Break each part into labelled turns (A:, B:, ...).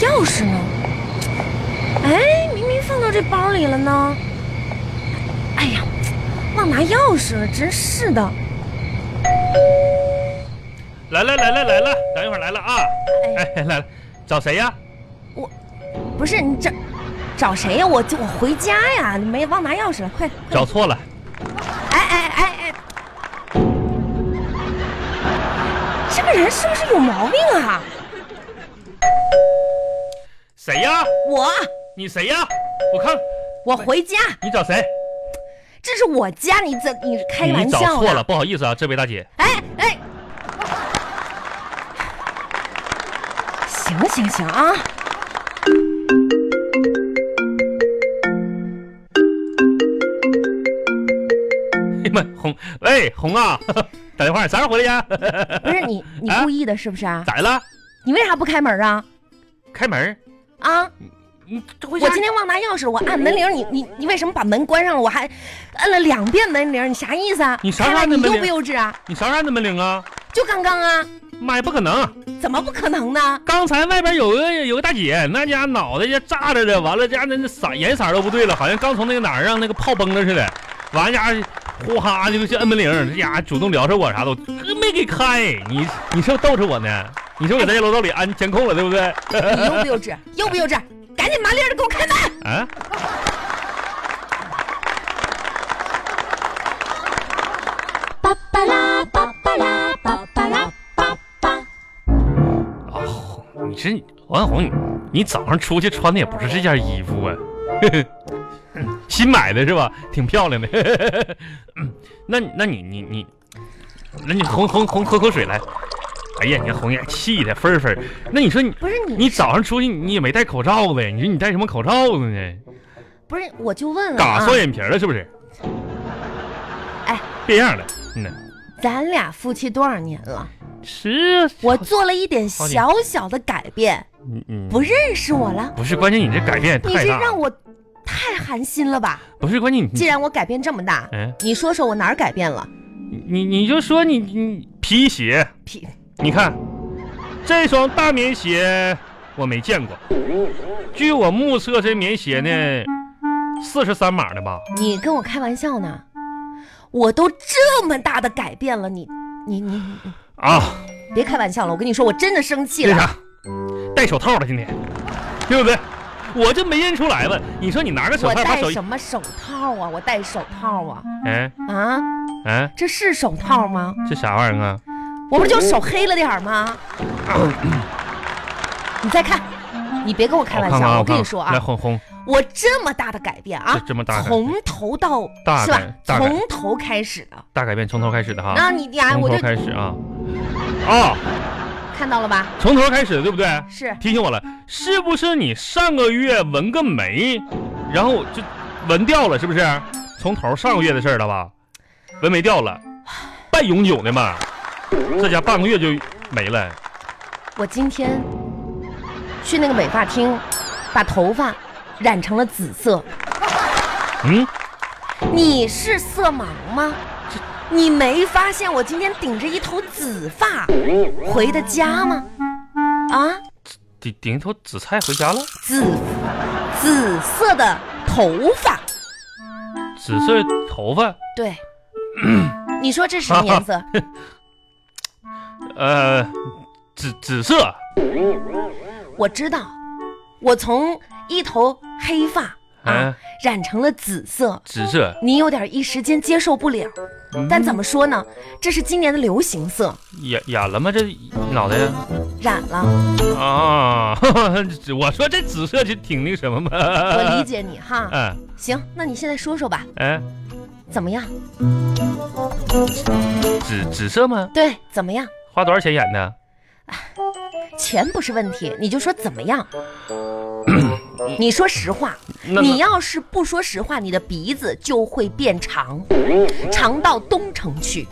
A: 钥匙呢？哎，明明放到这包里了呢。哎呀，忘拿钥匙了，真是的。
B: 来了来了来了，等一会儿来了啊！哎，来了，找谁呀？
A: 我，不是你这，找谁呀？我就我回家呀，没忘拿钥匙了，快！快
B: 找错了。
A: 哎哎哎哎，这个人是不是有毛病啊？
B: 谁呀？
A: 我，
B: 你谁呀？我看
A: 我回家，
B: 你找谁？
A: 这是我家，你怎你开玩
B: 你
A: 笑
B: 找
A: 呢？
B: 错了，不好意思啊，这位大姐。
A: 哎哎，行行行啊！
B: 哎呀妈，红，喂，红啊， 打电话啥时候回来呀？
A: 不是你，你
B: 啊
A: 故意的是不是啊？
B: 咋了？
A: 你为啥不开门啊？
B: 开门？
A: 啊！
B: 你这回
A: 我今天忘拿钥匙，我按门铃，你你你为什么把门关上了？我还摁了两遍门铃，你啥意思啊？
B: 你啥
A: 看看
B: 按的
A: 你
B: 门
A: 幼
B: 铃
A: 不幼稚啊？
B: 你啥时候按的门铃啊？
A: 就刚刚啊，
B: 妈呀，不可能！
A: 怎么不可能呢？
B: 刚才外边有个有个大姐，那家脑袋就炸着的，完了家那那色颜色都不对了，好像刚从那个哪儿让那个炮崩了似的。完家伙呼哈就去摁门铃，这家伙主动聊着我啥的，我这没给开。你你是不是逗着我呢？你是不是给大家楼道里安监控了，对不对？
A: 你幼不幼稚？幼不幼稚？赶紧麻利儿的给我开门！
B: 啊？
C: 巴巴拉巴巴拉巴巴拉巴巴。
B: 哦，你这王小红，你你早上出去穿的也不是这件衣服啊， 呵呵嗯新买的是吧？挺漂亮的。呵呵呵嗯那你那你你你，那你红红红喝口水来。哎呀，你看红眼气的分儿分儿。那你说你
A: 不是你，
B: 你早上出去你也没戴口罩呗？你说你戴什么口罩子呢？
A: 不是我就问了
B: 嘎
A: 啊
B: 双，眼皮儿了是不是？
A: 哎，
B: 变样了。嗯呐，
A: 咱俩夫妻多少年了？
B: 是，
A: 我做了一点
B: 好
A: 小小的改变，
B: 嗯嗯，
A: 不认识我了，
B: 不是，关键你这改变也
A: 你
B: 嗯太
A: 这
B: 大了。
A: 让我太寒心了吧？
B: 不是，关键
A: 既
B: 你
A: 然我改变这么大，
B: 嗯。
A: 你说说我哪儿改变了？
B: 你你就说你你皮鞋，
A: 屁，
B: 你看这双大棉鞋我没见过。据我目测，这棉鞋呢，四十三码的吧？
A: 你跟我开玩笑呢？我都这么大的改变了，你你你你
B: 啊，
A: 别开玩笑了！我跟你说，我真的生气
B: 那
A: 了。
B: 啥，戴手套了今天，对不对？我就没认出来吧？你说你拿个手
A: 我
B: 套把
A: 戴
B: 手，
A: 什么手套啊？我戴手套啊？
B: 哎
A: 啊，
B: 哎，
A: 这是手套吗？
B: 这啥玩意儿啊？
A: 我不就手黑了点儿 吗？你再看，你别跟我开玩
B: 看看
A: 笑，我
B: 看
A: 跟你
B: 看
A: 说
B: 来
A: 啊，
B: 红红，
A: 我这么大的改变啊
B: 这，这么大改
A: 从头到
B: 大
A: 是吧
B: 改？大改
A: 从头开始的。
B: 大改变，从头开始的哈，
A: 那你呀，
B: 从
A: 我
B: 头
A: 就
B: 开始啊啊，
A: 看到了吧？
B: 从头开始，对不对？
A: 是
B: 提醒我了，是不是你上个月纹个眉，然后就纹掉了，是不是？从头上个月的事儿了吧？纹没掉了，半永久的嘛，这家半个月就没了。
A: 我今天去那个美发厅，把头发染成了紫色。
B: 嗯，
A: 你是色盲吗？你没发现我今天顶着一头紫发回的家吗？啊，
B: 顶顶头紫菜回家了，
A: 紫紫色的头发，
B: 紫色头发，
A: 对，你说这什么颜色？
B: 呃，紫紫色，
A: 我知道，我从一头黑发
B: 嗯
A: 啊染成了紫色，
B: 紫色，
A: 你有点一时间接受不了，
B: 嗯
A: 但怎么说呢？这是今年的流行色，
B: 染染了吗？这脑袋
A: 染
B: 嗯
A: 了。
B: 啊， 哈哈我说这紫色就挺那什么嘛。
A: 我理
B: 解。
A: 解你 哈。
B: 嗯，
A: 行，那你现在说说吧，
B: 哎，
A: 怎么样？
B: 紫紫色吗？
A: 对，怎么样？
B: 花多少钱演的？
A: 钱不是问题，你就说怎么 样？你说实话，
B: 那
A: 你要是不说实话，你的鼻子就会变长，长到东城去。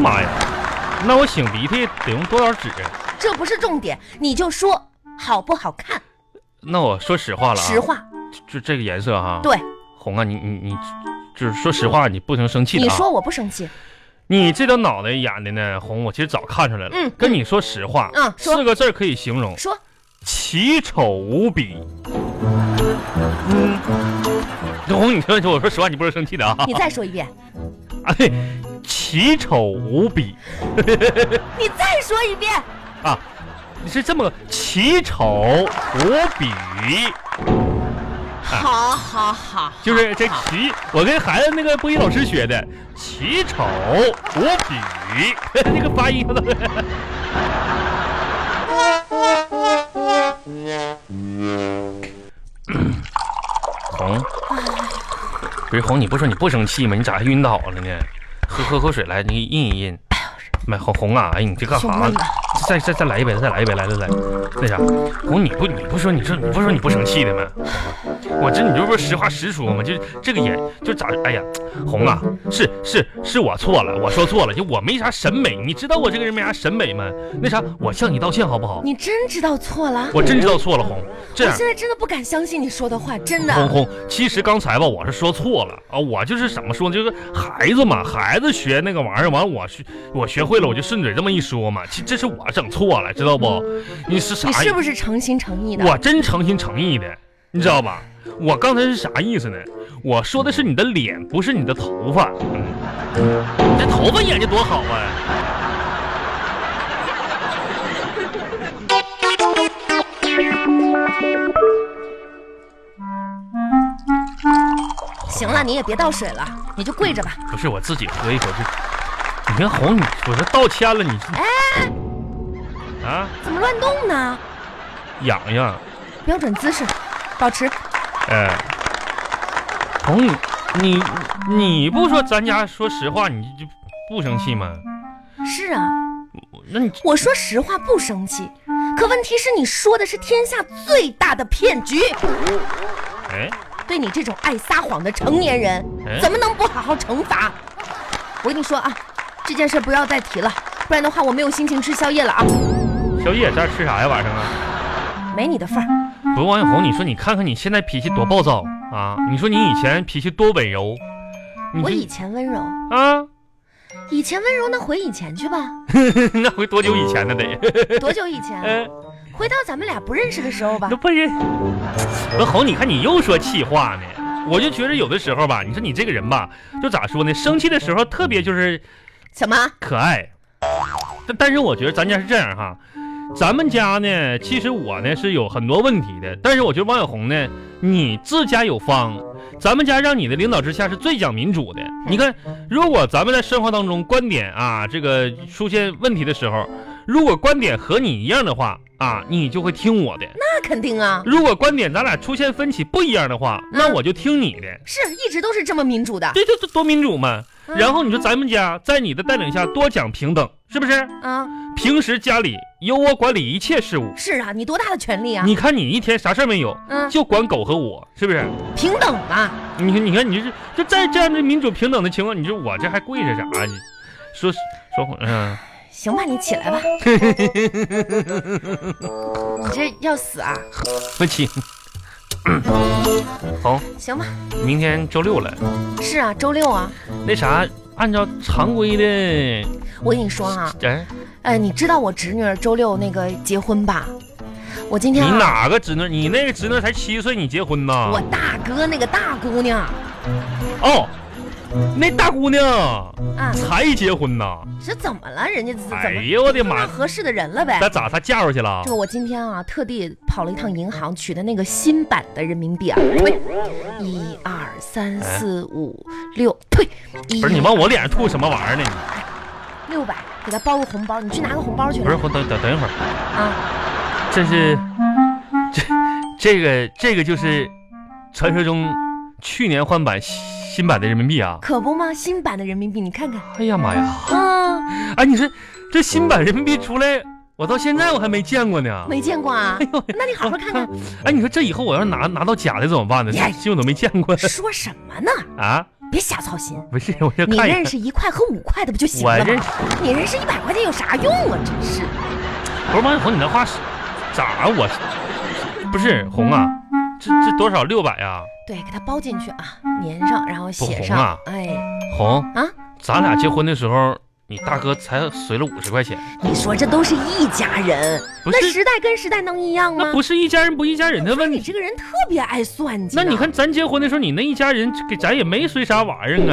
B: 妈呀，那我擤鼻涕得用多少纸？
A: 这不是重点，你就说好不好看？
B: 那我说实话了、啊，
A: 实话，
B: 就这个颜色哈、
A: 对，
B: 红啊，你你你，就是说实话，你不能生气的
A: 你
B: 啊。
A: 说我不生气，
B: 你这张脑袋演的呢，红，我其实早看出来了。
A: 嗯
B: 跟你说实话，
A: 嗯说
B: 四个字儿可以形容，
A: 说
B: 奇丑无比。嗯，红，你听说我说实话，你不是生气的啊？
A: 你再说一遍，
B: 啊，对，奇丑无比
A: 你再说一遍，
B: 啊，你是这么个奇丑无比，
A: 好好好，
B: 就是这
A: 好
B: 奇，我跟孩子那个播音老师学的，奇丑无比， 那个发音我都。红，不是红，你不说你不生气吗？你咋还晕倒了呢？喝喝口水来，你印一印。买红红啊！哎，你这干
A: 胸
B: 啥
A: 闷了？
B: 再再再来一杯，再来一杯，来来来，那啥，红你不你不说你说你不说你不生气的吗？我这你这不是实话实说吗？就是这个眼就咋？哎呀，红啊，是是是我错了，我说错了，就我没啥审美，你知道我这个人没啥审美吗？那啥，我向你道歉好不好？
A: 你真知道错了？
B: 我真知道错了，红，这
A: 我
B: 样
A: 现。在真的不敢相信你说的话，真的。
B: 红红，其实刚才吧，我是说错了啊，我就是怎么说呢，就是孩子嘛，孩子学那个玩意儿，完我学我学会了，我就顺嘴这么一说嘛，其这是我整错了，知道不？你是啥
A: 你
B: 意思？
A: 是不是诚心诚意的？
B: 我真诚心诚意的，你知道吧？我刚才是啥意思呢？我说的是你的脸，不是你的头发。嗯，你这头发眼睛多好啊！
A: 行了，你也别倒水了，你就跪着吧。
B: 不是我自己喝一口就，你看红你，我说道歉了你，啊，
A: 怎么乱动呢？
B: 痒痒，
A: 标准姿势，保持。
B: 哎，红你你你不说咱家说实话，你就不生气吗？
A: 是啊，
B: 那你
A: 我说实话不生气，可问题是你说的是天下最大的骗局。
B: 哎
A: 对你这种爱撒谎的成年人
B: 哎，
A: 怎么能不好好惩罚？我跟你说啊，这件事不要再提了，不然的话我没有心情吃宵夜了啊，
B: 小野这儿吃啥呀晚上啊？
A: 没你的份儿。
B: 不是王小红，你说你看看你现在脾气多暴躁啊！你说你以前脾气多温柔，你
A: 我
B: 这
A: 以前温柔，
B: 啊，
A: 以前温柔，那回以前去吧。
B: 那回多久以前呢？得，
A: 多久以前？
B: 嗯，
A: 回到咱们俩不认识的时候吧
B: 那。不是，不是红，你看你又说气话呢。我就觉得有的时候吧，你说你这个人吧，就咋说呢？生气的时候特别就是
A: 什么？
B: 可爱，但但是我觉得咱家是这样哈，咱们家呢，其实我呢是有很多问题的，但是我觉得王小红呢，你自家有方，咱们家让你的领导之下是最讲民主的。你看，如果咱们在生活当中观点啊这个出现问题的时候，如果观点和你一样的话啊，你就会听我的；
A: 那肯定啊，
B: 如果观点咱俩出现分歧不一样的话，那我就听你的。
A: 是一直都是这么民主的。
B: 这就是多民主嘛。
A: 嗯
B: 然后你说咱们家在你的带领下多讲平等，是不是？
A: 啊，
B: 平时家里由我管理一切事务。
A: 是啊，你多大的权利啊？
B: 你看你一天啥事儿没有，
A: 嗯，
B: 就管狗和我，是不是？
A: 平等嘛。
B: 你看，你看，你这就在这样的民主平等的情况，你说我这还跪着啥？你说说嗯，
A: 行吧，你起来 吧。你这要死啊？
B: 不亲。好，
A: 行吧，
B: 明天周六了，
A: 是啊，周六啊。
B: 那啥，按照常规的，
A: 我跟你说啊，
B: 哎，
A: 呃，你知道我侄女儿周六那个结婚吧？我今
B: 你
A: 天啊、
B: 哪啊个侄女？你那个侄女才七岁，你结婚呢？
A: 我大哥那个大姑娘
B: 哦，那大姑娘
A: 啊，
B: 才结婚呢，
A: 是怎么了？人家怎么？
B: 哎呦我的
A: 碰
B: 妈
A: 到！合适的人了呗
B: 那。咋她嫁出去了
A: 这？个我今天啊，特地跑了一趟银行，取的那个新版的人民币啊，呸，一二三四五六，呸，一
B: 哎不是你往我脸上吐什么玩意儿呢？你
A: 六百，给他包个红包，你去拿个红包去
B: 不是，等等等一会儿，
A: 啊！
B: 这是这这个这个就是传说中去年换版新版的人民币啊！
A: 可不吗？新版的人民币，你看看
B: 哎呀妈呀！
A: 啊，
B: 哎，你说这新版人民币出来，我到现在我还没见过呢。
A: 没见过啊
B: 哎呦，
A: 那你好好看 看。
B: 哎，你说这以后我要是拿拿到假的怎么办呢？
A: 呀
B: 这我都没见过
A: 说什么呢？
B: 啊！
A: 别瞎操心。
B: 不是，我就
A: 你
B: 看一
A: 认
B: 看。
A: 识一块和五块的不就行
B: 我
A: 了
B: 认
A: 吗
B: 识？
A: 你认识一百块钱有啥用啊？真是，
B: 不是王小红，你那话是咋？我不是红啊，这这多少六百啊？
A: 对，给他包进去啊，粘上，然后写
B: 不红
A: 上
B: 啊。
A: 哎，
B: 红
A: 啊，
B: 咱俩结婚的时候，你大哥才随了五十块钱，
A: 你说这都是一家人，
B: 不
A: 那
B: 是
A: 时代跟时代能一样吗
B: 那？不是一家人不一家人的问
A: 你
B: 题。
A: 这个人特别爱算计啊呢。
B: 那你看咱结婚的时候，你那一家人给咱也没随啥玩意儿啊，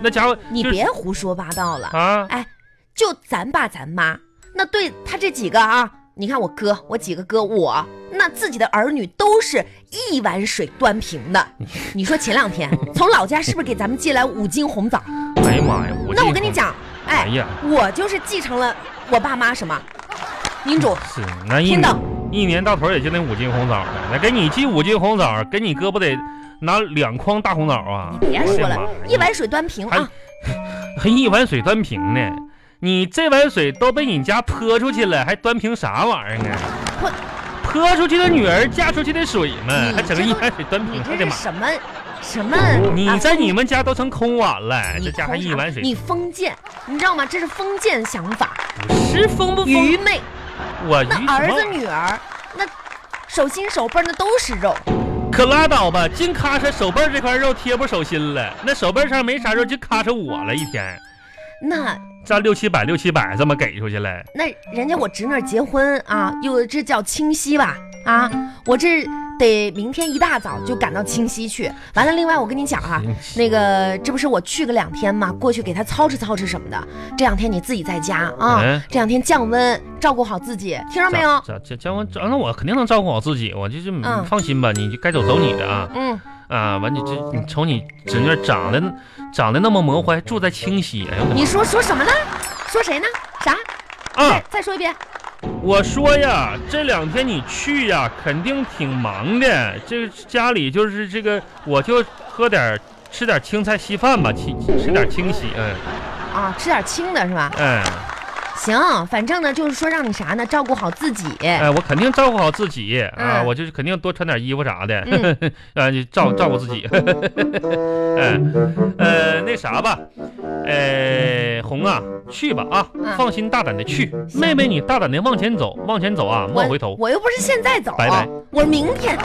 B: 那家伙
A: 你
B: 就是
A: 别胡说八道了。
B: 啊，
A: 哎，就咱爸咱妈，那对他这几个啊，你看我哥，我几个哥，我那自己的儿女都是一碗水端平的。你说前两 天从老家是不是给咱们寄来五斤红枣？
B: 哎呀妈呀，我
A: 那
B: 这
A: 我跟你，讲，
B: 哎
A: 哎，
B: 呀，
A: 我就是继承了我爸妈什么民主，
B: 是那一
A: 听到
B: 一年到头也就那五斤红枣呢，那给你寄五斤红枣，给你哥不得拿两筐大红枣啊？
A: 别说
B: 我的妈
A: 了，
B: 呀
A: 一碗水端平
B: 还
A: 啊。
B: 还 一碗水端平呢，你这碗水都被你家泼出去了，还端平啥玩意儿呢？
A: 泼
B: 泼出去的女儿嫁出去的水嘛，
A: 你
B: 还整
A: 这
B: 一
A: 都
B: 碗水端
A: 你
B: 平，我
A: 这
B: 的
A: 是
B: 妈！
A: 什么什么？
B: 你
A: 啊
B: 在你们家都成空碗了，
A: 你
B: 这家还
A: 空
B: 一
A: 啥
B: 碗水，
A: 你封建，你知道吗？这是封建想法，
B: 是疯不
A: 愚
B: 疯？
A: 昧。
B: 我
A: 那
B: 鱼
A: 儿
B: 什么
A: 子女儿，那手心手背儿那都是肉，
B: 可拉倒吧，净咔嚓手背这块肉贴不手心了，那手背上没啥肉，就咔嚓我了一天，
A: 那
B: 占六七百六七百这么给出去了，
A: 那人家我侄女儿结婚啊，又这叫清晰吧？啊，我这得明天一大早就赶到清溪去。完了，另外我跟你讲啊，那个这不是我去个两天嘛，过去给她操持操持什么的。这两天你自己在家啊，
B: 嗯
A: 这两天降温，照顾好自己，听着没有？
B: 这这这我这啊那我肯定能照顾好自己，我就是、
A: 嗯
B: 放心吧，你就该走走你的啊
A: 嗯，
B: 啊！完你这你瞅你侄女长得长得那么模糊，还住在清溪，哎呦我的
A: 你说说什么呢？说谁呢？啥？
B: 妈啊
A: 再！再说一遍。
B: 我说呀，这两天你去呀，肯定挺忙的。这家里就是这个，我就喝点儿吃点儿青菜稀饭吧，清吃点儿清稀，嗯
A: 啊，吃点轻的是吧？
B: 嗯。
A: 行，反正呢，就是说让你啥呢，照顾好自己。
B: 哎，我肯定照顾好自己啊，
A: 嗯
B: 我就是肯定多穿点衣服啥的，
A: 嗯
B: 啊，就照照顾自己。 嗯，呃，那啥吧，呃，红啊，去吧啊，
A: 嗯
B: 放心大胆的去，
A: 行
B: 妹妹你大胆的往前走，往前走啊，莫回头。
A: 我又不是现在走，
B: 拜拜
A: 我是明天。